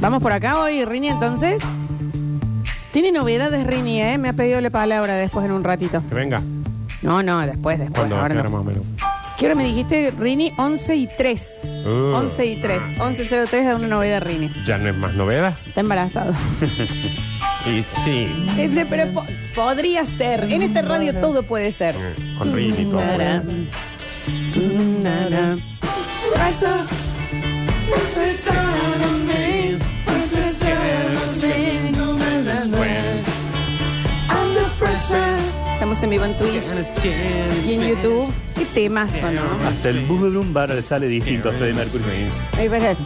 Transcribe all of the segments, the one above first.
Vamos por acá hoy, Rini, entonces. Tiene novedades, Rini, ¿eh? Me ha pedido la palabra después en un ratito. Que venga. No, no, después, después. ¿Cuándo? Ahora Ahora no. más o menos. ¿Qué hora me dijiste, Rini? 11 y 3. Uh. 11 y 3. 11.03 de una novedad, Rini. Ya no es más novedad. Está embarazado. Y sí, Sí, sí, pero po- podría ser. En esta radio todo puede ser. eh, con Rini y todo. Nara. Nara. Estamos en vivo en Twitch y en YouTube. Qué temazo, ¿no? Hasta el Boom Boom Bar le sale distinto a Freddie Mercury. Ahí verás.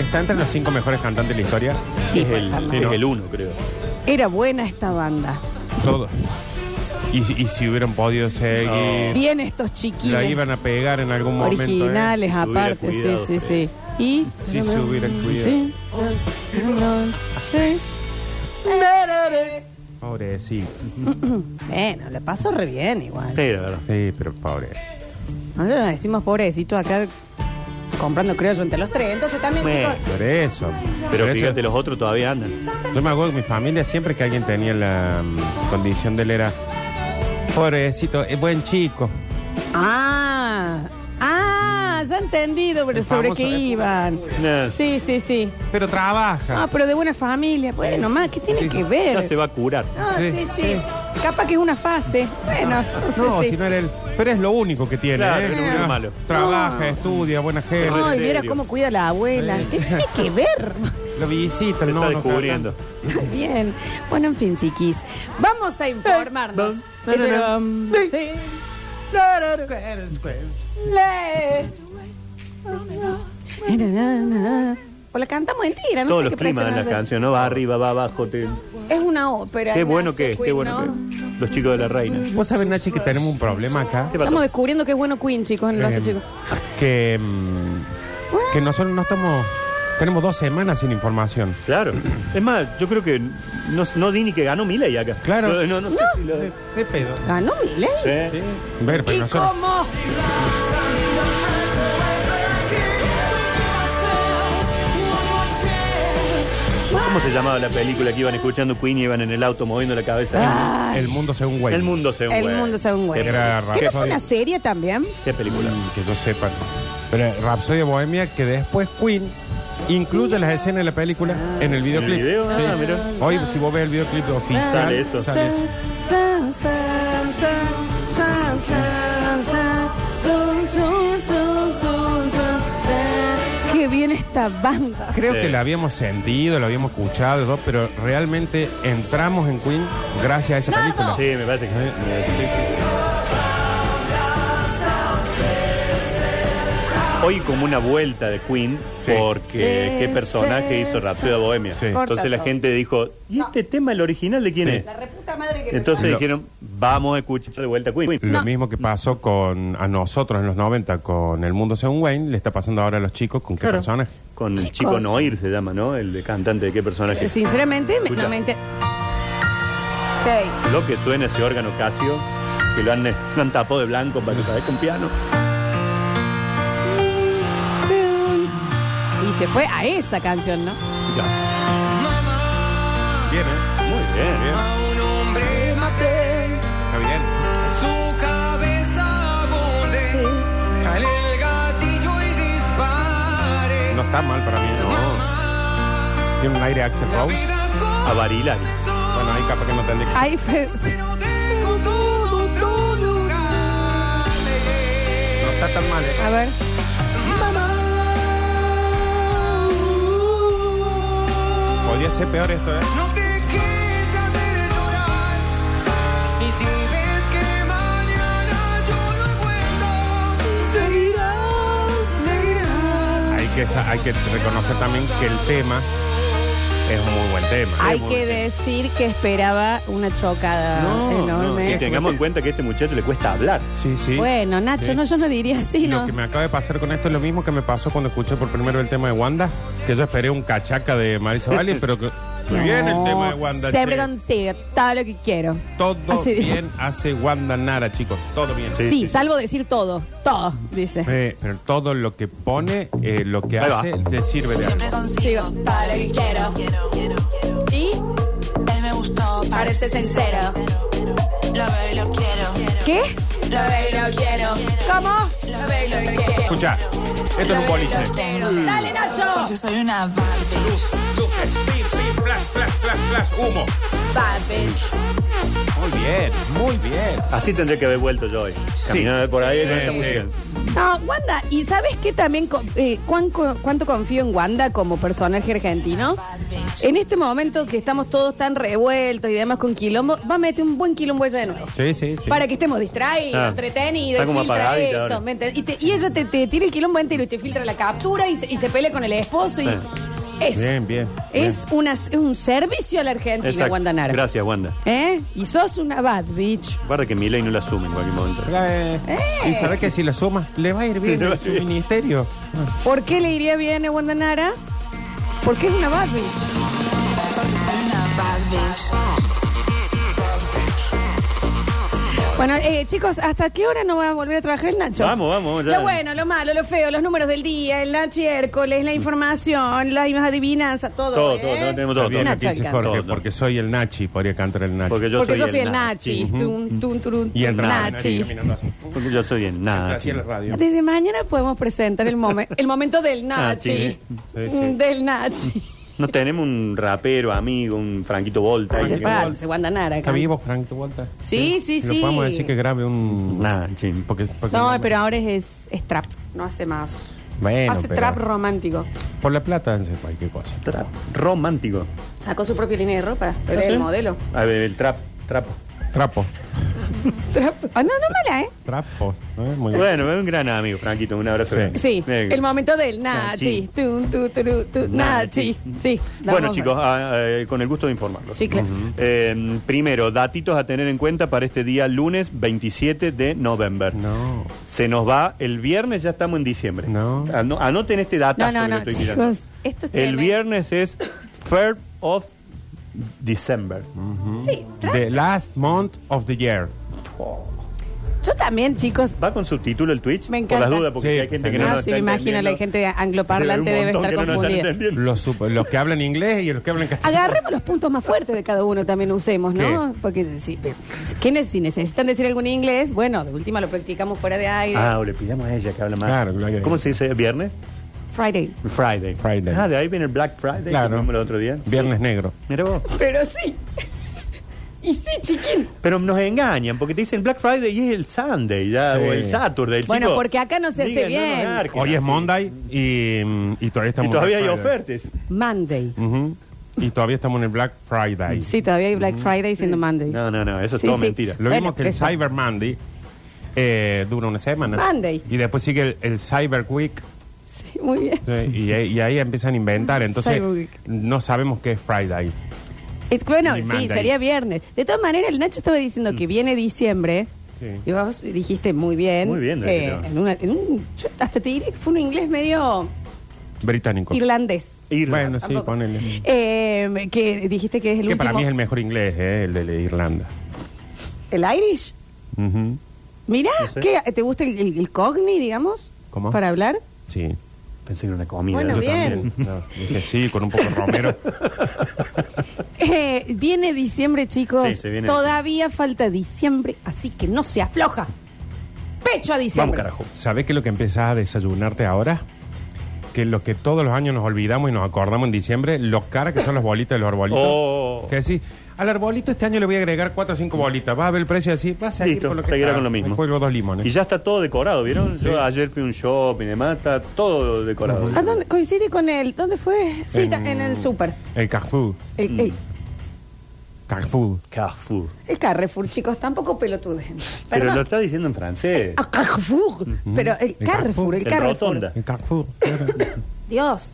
Está entre los cinco mejores cantantes de la historia. Sí, es, puede el, ser, ¿no? es el uno, creo. Era buena esta banda. Todos. Y, si- y si hubieran podido seguir, Bien estos la chiquillos. iban a pegar en algún momento. eh. Originales, Se hubiera aparte, cuidado, sí, sí, sí. Freddy. Y. Sí, se hubiera cuidado. Sí. Sí. Pobre, sí. Bueno, le pasó re bien igual. Sí, la verdad. Sí, pero pobre. Nosotros decimos pobrecito acá comprando criollo entre los tres. Entonces también, Bueno. chicos. Por eso. Pero Por eso- fíjate, los otros todavía andan. Yo me acuerdo que mi familia siempre que alguien tenía la mm, condición de él era pobrecito, es buen chico. Ah, ah, ya entendido, pero El sobre famoso, qué eh. iban. Nah, Sí, sí, sí. Pero trabaja. Ah, pero de buena familia. Bueno, más, ¿qué tiene que ver? Ya se va a curar. Ah, sí, sí, Sí, Capaz que es una fase. Bueno, no, no sé, sí. si no era él. Pero es lo único que tiene, Claro, ¿eh? pero no es Ah, malo. Trabaja, No. estudia, buena gente. Pero Ay, en viera serio. cómo cuida la abuela. ¿Qué tiene que ver? Lo visita, Se no, está no, descubriendo. Bien. Bueno, en fin, chiquis. Vamos a informarnos. Eso era, um, sí. Le- O la cantamos entera, no Todos sé los qué climas presión de la hacer. canción, ¿no? Va arriba, va abajo. te- Es una ópera. Qué bueno Ignacio que es, qué Queen, bueno ¿no? que es. Los chicos de la reina. Vos sabés, Nachi, que tenemos un problema acá. ¿Qué Estamos pasó? descubriendo que es bueno Queen, chicos, en los Eh, chicos. que, mm, que nosotros no estamos... Tenemos dos semanas sin información. Claro. Es más, yo creo que no, no di ni que ganó Milei acá. Claro. No, no, no sé si lo... De, de pedo. Ganó Milei. Sí. Ver, pero Ah. ¿Y nosotros... cómo? ¿Cómo se llamaba la película que iban escuchando Queen y iban en el auto moviendo la cabeza? Ay, El mundo según Wayne. El mundo se el mundo según güey. Qué era ¿Qué no Rapsodia- fue una serie también? ¿Qué película? Mm, Que yo sepa. Pero eh, Rapsodia Bohemia, que después Queen incluye las escenas de la película en el ¿En el videoclip. video? Sí. Ah, mirá. Hoy, si vos ves el videoclip oficial, Sale eso. sale eso. San, san, san, san, san, san, sun, sun, sun, sun, sun, san. Qué bien esta banda. Creo Sí. que la habíamos sentido, la habíamos escuchado, ¿no? pero realmente entramos en Queen gracias a esa Nardo. película. Sí, me parece que... sí, sí, sí. Hoy como una vuelta de Queen Sí. porque qué personaje hizo Rapsodia Bohemia. Sí. Entonces la Corta gente dijo, ¿y este tema el original de quién Sí. es? reputa madre que Entonces Lo- dijeron, vamos a escuchar de vuelta a Queen. Lo No. mismo que pasó con a nosotros en los 90 con El Mundo Según Wayne, le está pasando ahora a los chicos con qué Claro. personaje. Con el Chicos. chico Noir se llama, ¿no? El de cantante de qué personaje. Sinceramente, me- no Escucha. me inter... Ok. Lo que suena ese órgano Casio, que lo han, lo han tapado de blanco para que parezca un piano. Y se fue a esa canción, ¿no? Ya. Bien, ¿eh? Muy bien, bien. A un hombre maté, Está bien. su cabeza abodé, jalé el gatillo y disparé. No está mal para mí. No. Tiene un aire Axel La Rose. vida corre A Barilar. Bueno, ahí capaz que no tendría que... Ahí fue... si no tengo todo otro lugar. No está tan mal, ¿eh? A ver. Mamá, Podría ser peor esto, ¿eh? no te quise hacer llorar. Y si ves que mañana yo no vuelvo, seguirá, seguirá. Hay que, sa- hay que reconocer también que el tema es un muy buen tema. Hay Es muy que buen tema. decir que esperaba una chocada enorme. Y tengamos en cuenta que a este muchacho le cuesta hablar. Sí, sí. Bueno, Nacho, Sí. no, yo no diría así, Lo ¿no? que me acaba de pasar con esto es lo mismo que me pasó cuando escuché por primera vez el tema de Wanda, que yo esperé un cachaca de Marisa Valle, pero que Muy bien el tema de Wanda, che. Siempre consigo todo lo que quiero. Todo Así dice. bien hace Wanda Nara, chicos. Todo bien. Sí, Sí, sí, sí. salvo decir todo. Todo, dice. Eh, pero todo lo que pone, eh, lo que Ahí va. hace, te sirve de algo. Consigo todo lo que quiero. ¿Y Él me gustó, parece sincero. Lo veo y lo quiero. qué? Lo veo y lo quiero. ¿Cómo? Lo veo y lo quiero. Escucha, esto es un Lo veo y boliche. Mm. lo quiero. ¡Dale, Nacho! Porque soy una bad bitch. Luces, pim, pim, flash, flash, flash, flash, humo. Bad bitch. Muy bien, muy bien. Así tendré que haber vuelto yo hoy. Caminando por ahí con Sí, esta sí. música. No, Wanda, ¿y sabes qué también? co- eh, cuán co- ¿Cuánto confío en Wanda como personaje argentino? En este momento que estamos todos tan revueltos y demás con quilombo, va a meter un buen quilombo ella de nuevo. Sí, sí, sí. Para que estemos distraídos, Ah. entretenidos, Está como filtra apagadita esto, ahora. ¿me entiendes? y, te- y ella te, te tira el quilombo entero y te filtra la captura y se, y se pelea con el esposo y... Ah. Es, Bien, bien, es una- es un servicio a la Argentina, Exacto. Wanda Nara. Gracias, Wanda. ¿Eh? Y sos una bad bitch. Guarda que mi ley no la asume en cualquier momento. Eh, Y sabes que si la suma, le va a ir bien Le va en su bien. ministerio. ¿Por qué le iría bien a Wanda Nara? Porque es una bad bitch. Soy una bad bitch. Bueno, eh, chicos, ¿hasta qué hora no va a volver a trabajar el Nacho? Vamos, vamos, ya. Lo bueno, lo malo, lo feo, los números del día, el Nachi Hércoles, la información, las adivinanzas, todo. Todo, ¿eh? todo, todo, tenemos todo. Está bien, todo. Nacho dice Alcántara. Jorge, Todo, todo. porque soy el Nachi, podría cantar el Nachi. Porque yo Porque soy yo el soy el Nachi. Nachi. Tum, tum, turun, y tum, entra la Nachi Nachi. caminando así. Porque yo soy el Entra Nachi. así en la radio. Desde mañana podemos presentar el, momen- el momento del Nachi. Nachi. Sí, sí. Mm, Del Nachi. No tenemos un rapero, amigo, un Franquito Volta. Parece ahí. Franquito Volta. falso, Wanda Nara. ¿Está acá. vivo Frank de vuelta? Sí, sí, ¿Le sí. podemos decir que grabe un... Nachi. Porque, porque No, pero ahora es, es trap, no hace más. Bueno, hace pero- trap romántico. Por la plata hace cualquier cosa. Trap. Romántico. Sacó su propia línea de ropa, pero ¿No es sé? el modelo. A ver, el trap. Trapo. Trapo. Trap. Ah, no, no mala, ¿eh? Trapo. ¿eh? Muy bien. Bueno, es un gran amigo, Franquito. Un abrazo Sí. grande. Sí, Bien. el momento del Nachi. Nachi. Tun, tu, turu, tu, Nachi. Nachi. Sí. Bueno, vamos. chicos, ah, eh, con el gusto de informarlos. Sí, claro. Eh, primero, datitos a tener en cuenta para este día lunes 27 de noviembre. No. Se nos va, el viernes ya estamos en diciembre. No. Ano- anoten este dato. No, no, no, chicos. Esto es El tremendo. viernes es 3rd of December. Sí, trap. The last month of the year. Yo también, chicos. ¿Va con subtítulo el Twitch? Me Por encanta. las dudas, porque Sí. hay gente que no Ah, nos sí, está me imagino, la entendiendo. gente Debe angloparlante haber debe un montón estar que no nos están confundida. entendiendo. Los, sup- los que hablan inglés y los que hablan castellano. Agarremos los puntos más fuertes de cada uno también usemos, ¿no? Porque si, ¿quiénes, si necesitan decir algún inglés, bueno, de última lo practicamos fuera de aire. Ah, o le pidamos a ella que habla más. Claro, claro. ¿Cómo se dice viernes? Friday. Friday. Friday. Ah, de ahí viene el Black Friday. Que Claro. tuvimos el otro día. Viernes negro. Mira vos. Pero sí. y sí, chiquín. Pero nos engañan, porque te dicen Black Friday y es el Sunday, ya, Sí. o el Saturday. El Bueno, chico, porque acá no se hace digan, bien. nos narquen, Hoy es así. Monday y, mm, y todavía estamos Y todavía hay en el Friday. ofertas. Monday. Ujú. Y todavía estamos en el Black Friday. Sí, todavía hay Black Friday siendo Monday. No, no, no, eso es Sí, todo sí. mentira. Lo Bueno, mismo que el eso. Cyber Monday eh, dura una semana. Monday. Y después sigue el, el Cyber Week. Sí, muy bien. eh, y, ahí- y ahí empiezan a inventar. Entonces, Cyber Week. no sabemos qué es Friday. Es- bueno, Y sí, Monday. sería viernes. De todas maneras, el Nacho estaba diciendo que viene diciembre. Sí. Y vos dijiste muy bien. Muy bien, eh, decilo. en una- en un- yo hasta te diré que fue un inglés medio Británico. irlandés. Bueno, sí, Tampoco. ponele. Eh, que dijiste que es el Que último. para mí es el mejor inglés, eh, el de la Irlanda. el... Irish. Ujú. Mira, No sé. ¿qué? ¿te gusta el, el- el Cogni, digamos? ¿Cómo? Para hablar. Sí. Pensé que era una comida. Bueno, yo bien. también. No, dije sí, con un poco de romero. Eh, viene diciembre, chicos. Sí, se viene Todavía falta diciembre, así que no se afloja. Pecho a Vamos, diciembre. carajo. ¿Sabés qué es lo que empezás a desayunarte ahora? Que lo que todos los años nos olvidamos y nos acordamos en diciembre, los caras que son las bolitas de los arbolitos. Oh. Que decís, al arbolito este año le voy a agregar cuatro o cinco bolitas. Va a ver el precio así, va a seguir Listo, con lo que seguirá está. con lo mismo. Me cuelgo dos limones. Y ya está todo decorado, ¿vieron? Yo ayer fui a un shopping y demás, está todo decorado. ¿A dónde coincide con él? ¿Dónde fue? Sí, está en el súper. Mm, El Carrefour. El, Mm. el- Carrefour. Carrefour. el Carrefour, chicos, tampoco pelotudes. Pero Perdón. lo está diciendo en francés. Ah, Carrefour. Pero el El Carrefour, el El Carrefour. Rotonda. El Carrefour. Dios.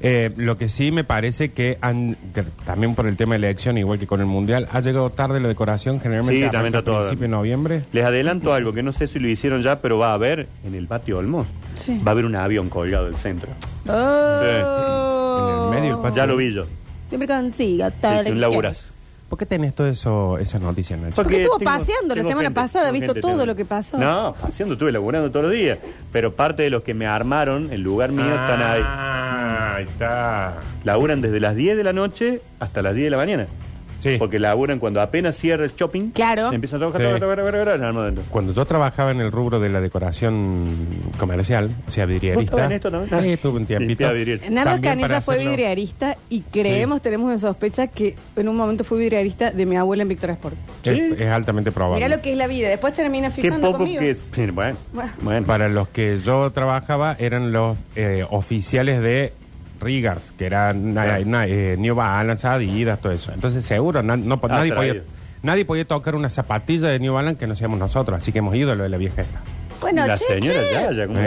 Eh, lo que sí me parece que, han- que también por el tema de elección, igual que con el Mundial, ha llegado tarde la decoración, generalmente Sí, arranca también a está todo. principio de noviembre. Les adelanto algo que no sé si lo hicieron ya, pero va a haber en el patio Olmos. Sí. Va a haber un avión colgado del centro. Oh. En el medio del patio. Ya lo vi yo. Siempre consigo todo Sí, lo sí, un que laburazo. ¿Por qué tenés todo eso, esas noticias, Nacho? Porque estuvo tengo- paseando la tengo semana gente, pasada, tengo visto gente, todo tengo- lo que pasó. No, paseando, estuve laburando todos los días. Pero parte de los que me armaron el lugar mío están ahí. Ah, ahí está. Laburan desde las 10 de la noche hasta las 10 de la mañana. Sí. Porque laburan cuando apenas cierra el shopping. Claro. Empiezan a trabajar, Sí. trabajar, trabajar, trabajar, trabajar, no, no, no. Cuando yo trabajaba en el rubro de la decoración comercial, o sea, vidrierista. estabas en esto también? Sí, estuve un tiempito. Limpiaba vidrios. quieras. Nardo También para Canilla fue hacerlo. vidriarista y creemos, tenemos una sospecha que en un momento fue vidriarista de mi abuela en Victoria Sport. Es, Sí. es altamente probable. Mirá lo que es la vida, después termina Ah, Qué fijando poco conmigo. que es. Bueno, Bueno. bueno. Para los que yo trabajaba eran los eh, oficiales de Rigars, que eran na- na- eh, New Balance, Adidas, todo eso. Entonces seguro, na- no, po- Ah, nadie, traído. podía, nadie podía tocar una zapatilla de New Balance que no seamos nosotros, así que hemos ido a lo de la vieja esta. Bueno, la che, señora che. ya, ya como.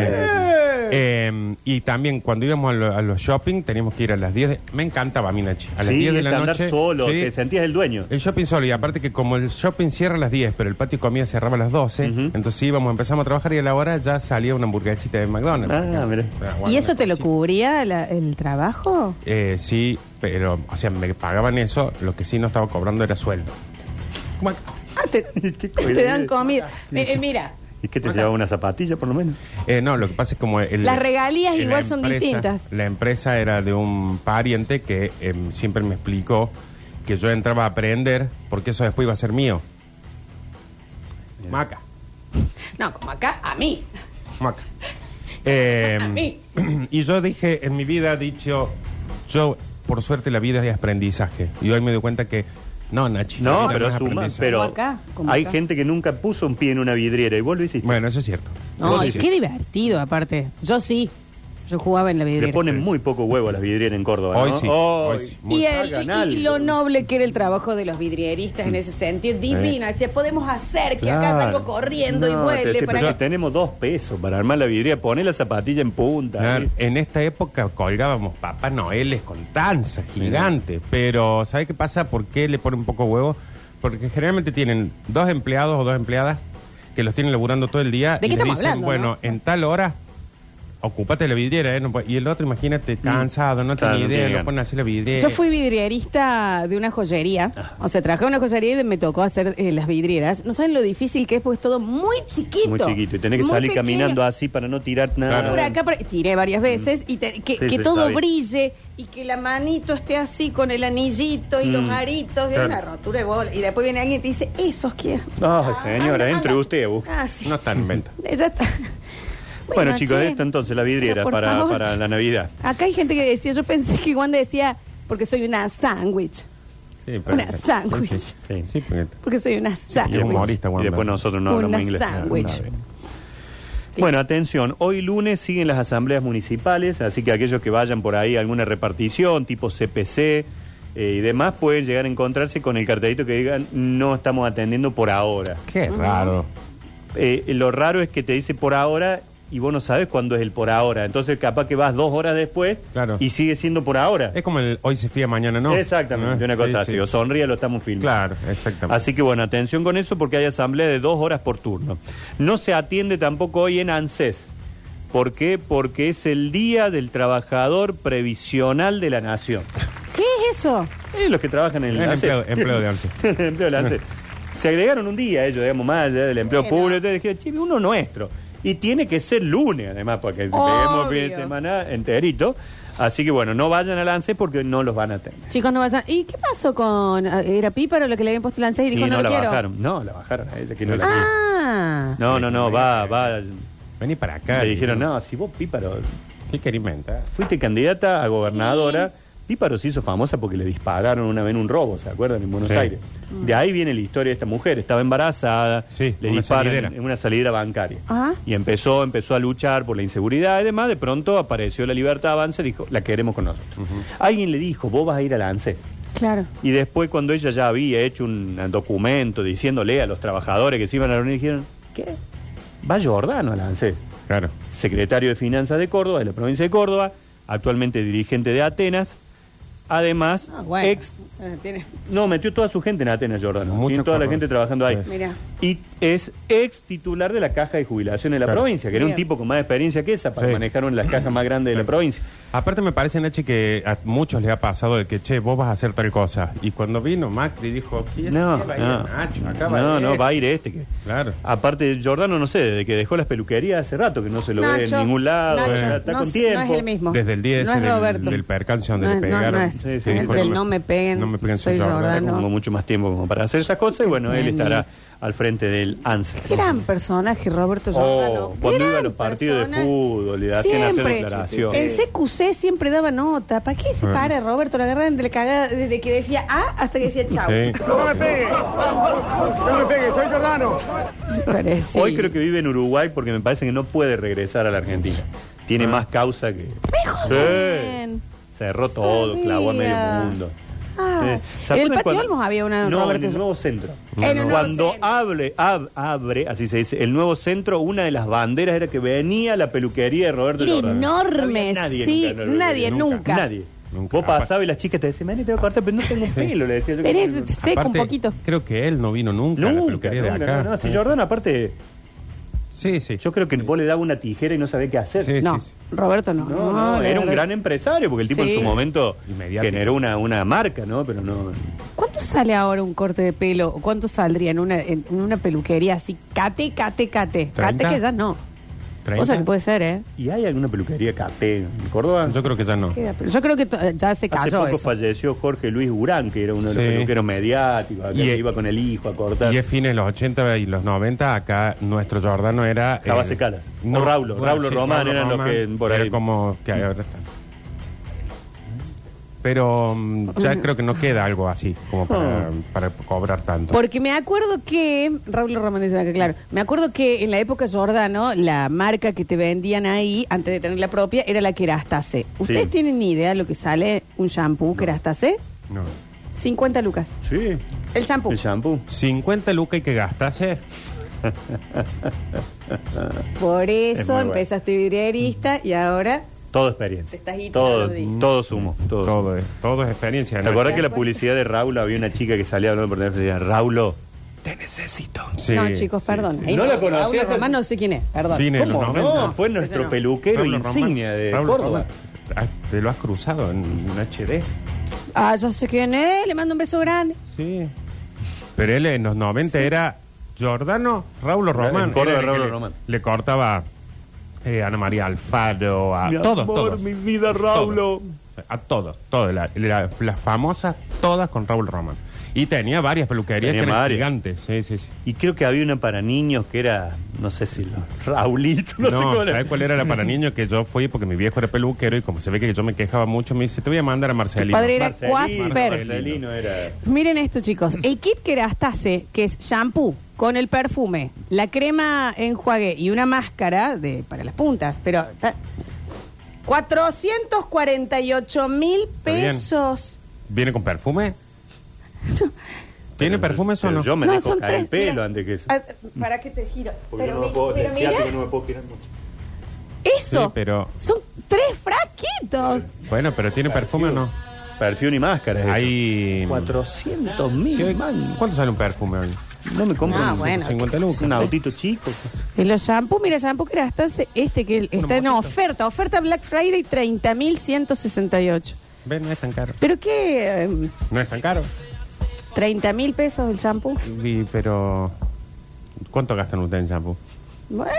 Eh, y también cuando íbamos a, lo- a los shopping teníamos que ir a las 10 de- Me encantaba, mi Nachi. A las sí, 10 de es la andar noche. solo, sí, te sentías el dueño. el shopping solo, y aparte que como el shopping cierra a las 10, pero el patio de comida cerraba a las 12, Ujú. entonces íbamos, empezamos a trabajar y a la hora ya salía una hamburguesita de McDonald's. Ah, por ejemplo. mira. Ah, bueno, ¿Y eso una te lo cosita. cubría la- el trabajo? Eh, sí, pero, o sea, me pagaban eso, lo que sí no estaba cobrando era sueldo. Ah, te, Qué te Ah, dan cuidado. comida. Mi- eh, mira, ¿Y qué te llevaba una zapatilla por lo menos? Eh, no, lo que pasa es como... el- Las regalías la igual son distintas. La empresa era de un pariente que em, siempre me explicó que yo entraba a aprender porque eso después iba a ser mío. Maca, no, como acá, a mí. maca. Em, A mí. y yo dije, en mi vida, dicho, yo, por suerte, la vida es aprendizaje. Y hoy me doy cuenta que, no, Nachi. la No, vida pero es suma, aprendizaje. pero Como acá, como hay acá. gente que nunca puso un pie en una vidriera y vos lo hiciste. Bueno, eso es cierto. No, Vos y decís. qué divertido, aparte. Yo sí, yo jugaba en la Le vidriera. ponen muy poco huevo a las vidrieras en Córdoba. Hoy ¿no? sí, hoy sí. Y, el- Hagan y- algo. y lo noble que era el trabajo de los vidrieristas en ese sentido, divino. Decía, podemos hacer que acá Claro. salgo corriendo y No, te vuele decía, para pero acá. Tenemos dos pesos para armar la vidriera. Poné la zapatilla en punta. Claro, ¿sí? en esta época colgábamos Papá Noeles con tanzas gigantes, pero ¿sabe qué pasa? ¿Por qué le ponen un poco huevo? Porque generalmente tienen dos empleados o dos empleadas que los tienen laburando todo el día ¿De qué y le estamos dicen, hablando, bueno, no? en tal hora ocupate la vidriera, ¿eh? No puede- y el otro, imagínate, cansado, no Claro, tiene no tiene idea, no ganas. pone así la vidriera. Mm. Yo fui vidrierista de una joyería. O sea, trabajé en una joyería y me tocó hacer eh, las vidrieras. No saben lo difícil que es porque es todo muy chiquito. Muy chiquito. Y tenés que muy salir pequeño. caminando así para no tirar nada. Claro. Por acá por- tiré varias veces y te- que, Sí, que sí, está todo bien. brille y que la manito esté así con el anillito y los Mm. aritos. y Claro. una rotura de bola. Y después viene alguien y te dice, esos quiero. Ay, señora, anda, entre anda. usted, busque. Ah, sí. No están en venta. Ya está. Bueno, chicos, che, esto entonces, la vidriera pero por para, favor. para la Navidad. Acá hay gente que decía, yo pensé que Wanda decía, porque soy una sándwich. Sí, Una sándwich. Sí, sí, sí. Sí, porque- Porque soy una Y es sándwich. humorista, Y Wanda. después nosotros no Una hablamos inglés. sándwich. Nada, nada. Bueno, atención, hoy lunes siguen las asambleas municipales, así que aquellos que vayan por ahí a alguna repartición tipo CPC eh, y demás pueden llegar a encontrarse con el cartelito que digan no estamos atendiendo por ahora. Qué raro. Eh, lo raro es que te dice por ahora y vos no sabes cuándo es el por ahora, entonces capaz que vas dos horas después Claro. y sigue siendo por ahora. Es como el hoy se fía, mañana no. Exactamente, ¿No? una cosa Sí, así, sí. o sonríe, lo estamos filmando. Claro, exactamente. Así que bueno, atención con eso porque hay asamblea de dos horas por turno. No se atiende tampoco hoy en ANSES. ¿Por qué? Porque es el Día del Trabajador Previsional de la Nación. ¿Qué es eso? Eh, los que trabajan en el, El ANSES. empleo- empleo de ANSES. El empleo del ANSES. Se agregaron un día ellos, digamos, más allá del empleo Bueno. público. Entonces dije, che, uno nuestro. Y tiene que ser lunes, además, porque tenemos fin de Obvio. semana enterito. Así que bueno, no vayan al ANSES porque no los van a atender. Chicos, no vayan. ¿Y qué pasó con. eh, Era Píparo lo que le habían puesto lanzas y Sí, dijo, no, la lo quiero? bajaron. No, la bajaron a ella, que no la quiere. Ah. No, no, no, va, va. Vení para acá. Le dijeron, no, si vos Píparo, ¿Qué querés inventar? fuiste candidata a gobernadora, Píparo se hizo famosa porque le dispararon una vez en un robo, ¿se acuerdan? En Buenos Sí. Aires. De ahí viene la historia de esta mujer, estaba embarazada, Sí, le una disparan salidera. en- en una salida bancaria. Ajá. Y empezó, empezó a luchar por la inseguridad y demás, de pronto apareció la libertad avanza y dijo, la queremos con nosotros. Alguien le dijo, vos vas a ir a la ANSES. Claro. Y después cuando ella ya había hecho un documento diciéndole a los trabajadores que se iban a reunir, dijeron, ¿qué? Va Jordano a la ANSES. Claro. secretario de Finanzas de Córdoba, de la provincia de Córdoba, actualmente dirigente de Atenas, Además, Ah, bueno. ex- Eh, tiene- no, metió toda su gente en Atenas, Jordano. Mucho Tiene toda la corrupción. gente trabajando ahí. Sí. Mira. Y es ex titular de la caja de jubilación de la Claro. provincia, que era un Bien. tipo con más experiencia que esa para Sí. manejar una de las cajas más grandes de la Sí. provincia. Aparte me parece, Nachi, que a muchos les ha pasado de que, che, vos vas a hacer tal cosa. Y cuando vino Macri dijo, ¿qué, No, qué va a ir no, Nacho? Acá va no, a ir no, este". va a ir este. que- Claro. Aparte, Jordano, no sé, desde que dejó las peluquerías hace rato, que no se lo ve en Nacho, ningún lado, Nacho, está, está no con es- tiempo. No es el mismo. Desde el día no ese es del- Roberto. del percance donde No le es- no, pegaron. No, es. Sí, sí, El dijo, del no me- no me peguen. no me peguen, soy soy Jordano. Jordano. Tengo mucho más tiempo como para hacer esas cosas y bueno, él estará al frente del ANSES. Gran personaje, Roberto Jordano. Oh, cuando Gran iba a los partidos de personaje. fútbol, le hacían hacer Siempre. declaraciones. En CQC siempre daba nota. ¿Para qué se Sí. para, Roberto? Lo agarraban de la cagada desde que decía A hasta que decía chau. Sí. No me pegue, no me pegue, soy Jordano. Parece. Hoy creo que vive en Uruguay porque me parece que no puede regresar a la Argentina. Ah. Tiene más causa que. joden. Sí. Cerró todo, clavó a medio Sabía. mundo. Ah, Eh, ¿se en el acuerdan Patio cuando- Olmos había una No, en Roberto el nuevo centro. En el nuevo Cuando centro. abre, ab- abre, así se dice, el nuevo centro, una de las banderas era que venía la peluquería de Roberto Era Jordano. enorme, No había nadie sí, nunca en la peluquería, nadie, nunca. Nadie. Nunca. Vos pasabas y las chicas te decían, Mani, te voy a cortar, pero no tengo un pelo, le decía yo. Venés, Nunca, seca un Aparte, poquito. Creo que él no vino nunca a la nunca, peluquería de acá. no, no, si Jordano, aparte, Sí, sí. yo creo que vos le dabas una tijera y no sabés qué hacer. Sí, No, sí, sí. Roberto no. No, no, la era un verdad. gran empresario, porque el tipo Ah, Sí. en su momento Y mediático. generó una, una marca, ¿no? Pero no. ¿Cuánto sale ahora un corte de pelo? ¿O ¿Cuánto saldría en una, en una peluquería así? Cate, cate, cate. Cate ¿Treinta? que ya no. O sea que puede ser, ¿eh? ¿Y hay alguna peluquería Caté en Córdoba? Yo creo que ya no. Queda, pero yo creo que to- ya se Hace cayó poco eso. falleció Jorge Luis Urán, que era uno de los Sí. peluqueros mediáticos, acá Y que es- iba con el hijo a cortar. Y es fines de los 80 y los 90, acá nuestro Jordano era... Estaba el- Secalas. O Raulo, Raulo Román eran los que por era ahí. como que ahora están. Pero mm, ya creo que no queda algo así, como para, No. para cobrar tanto. Porque me acuerdo que, Raúl Román dice acá, claro, me acuerdo que en la época Jordano, la marca que te vendían ahí, antes de tener la propia, era la Kerastase. ¿Ustedes Sí. tienen ni idea lo que sale un shampoo Kerastase? No. 50 lucas. Sí, El shampoo. el shampoo. 50 lucas y que gastase. Por Es eso muy bueno. empezaste vidrierista y ahora... Todo Te experiencia. estás guitando, Todo, lo dice. todo sumo. Todo. sumo. Todo es, todo es experiencia. ¿Te ¿no? acordás que la cuenta? publicidad de Raulo había una chica que salía hablando por teléfono y decía, Raulo, te necesito? Sí, no, chicos, sí, perdón. sí. Ahí No la Raúl conocías. Román no sé quién es, perdón. Fines de los ¿Cómo 90. no? Fue No, nuestro ese no. peluquero Raulo Román. insignia de Raulo Córdoba. Román. Ah, Te lo has cruzado en un HD. Ah, yo sé quién es, le mando un beso grande. Sí. Pero él en los 90 era Giordano Raulo Román. En Córdoba, Era el que Raulo le- Román. Le cortaba eh, a Ana María Alfaro, a Mi todos, amor, todos. mi vida, Todos. Raulo. A todos, todas. la- la- las famosas, todas con Raúl Román. Y tenía varias peluquerías Tenía que eran varias. gigantes. Sí, sí, sí. Y creo que había una para niños que era, no sé si lo, Raulito, no, No, sé cómo era. ¿sabes cuál era la para niños que yo fui? Porque mi viejo era peluquero y como se ve que yo me quejaba mucho, me dice, te voy a mandar a Marcelino. padre era Marcelino, Cuasper. Marcelino era. Miren esto, chicos. El kit Kerastase, que es shampoo con el perfume, la crema enjuague y una máscara de, para las puntas, pero... ta- 448 mil bien. pesos. ¿Viene con perfume? ¿Tiene perfume eso o no? Yo me dejo caer el pelo mira. antes que eso. Ah, ¿Para qué te giro? Porque Pero, no me mi- puedo, pero te decía mira, que no me puedo girar mucho. eso. Sí, pero- Son tres frasquitos. Bueno, pero ¿tiene perfume o no? Perfil y máscara. es eso. Hay... 400 Sí, mil, hoy- man. ¿Cuánto sale un perfume hoy? No me compro Ah, un- bueno. 50 lucas. un autito chico. Y los shampoos, mira, shampoo Kerastase, este que está en oferta, oferta Black Friday 30.168. Ven, no es tan caro. ¿Pero qué? eh, No es tan caro. 30 mil pesos el shampoo. Y- pero... ¿Cuánto gastan ustedes en shampoo? Bueno,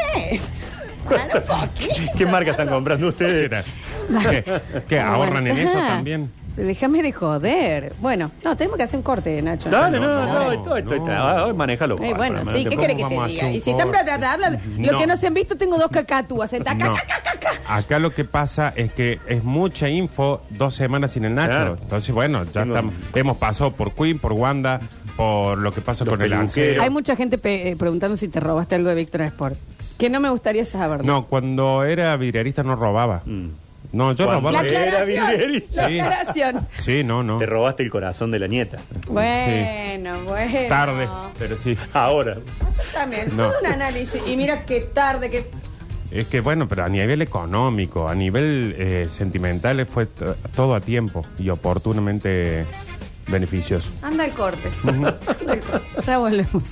¿Qué marca están comprando ustedes? ¿Qué, qué, ahorran en eso también? Ah, Déjame de joder. Bueno, no, tenemos que hacer un corte, Nacho. Dale, no, No, no, no, esto- esto- no. ah, hoy manejalo. Eh, bueno, sí, Para- para- ¿qué ¿cómo querés que vamos te a diga? hacer un Y si están bla, corte? bla, bla, bla, bla, lo No. que no se han visto, tengo dos cacatúas. Está acá, No. acá, acá, acá, acá. Acá lo que pasa es que es mucha info dos semanas sin el Nacho. Claro. Entonces, bueno, ya Tengo- estamos- hemos pasado por Queen, por Wanda, por lo que pasa Los con el peluqueros. Ancel. Hay mucha gente pe- eh, preguntando si te robaste algo de Victor Sport. Que no me gustaría saberlo. No, cuando era virerista no robaba. Mm. No, yo Cuando robaba. La Era aclaración. Vivieri. La Sí. aclaración. Sí, no, no. Te robaste el corazón de la nieta. Bueno, bueno. Tarde, pero sí. Ahora. Yo también. No. Todo un análisis. Y mira qué tarde, que Es que bueno, pero a nivel económico, a nivel eh, sentimental, eh, fue to- todo a tiempo y oportunamente beneficioso. Anda al corte. Anda al corte. Ya volvemos.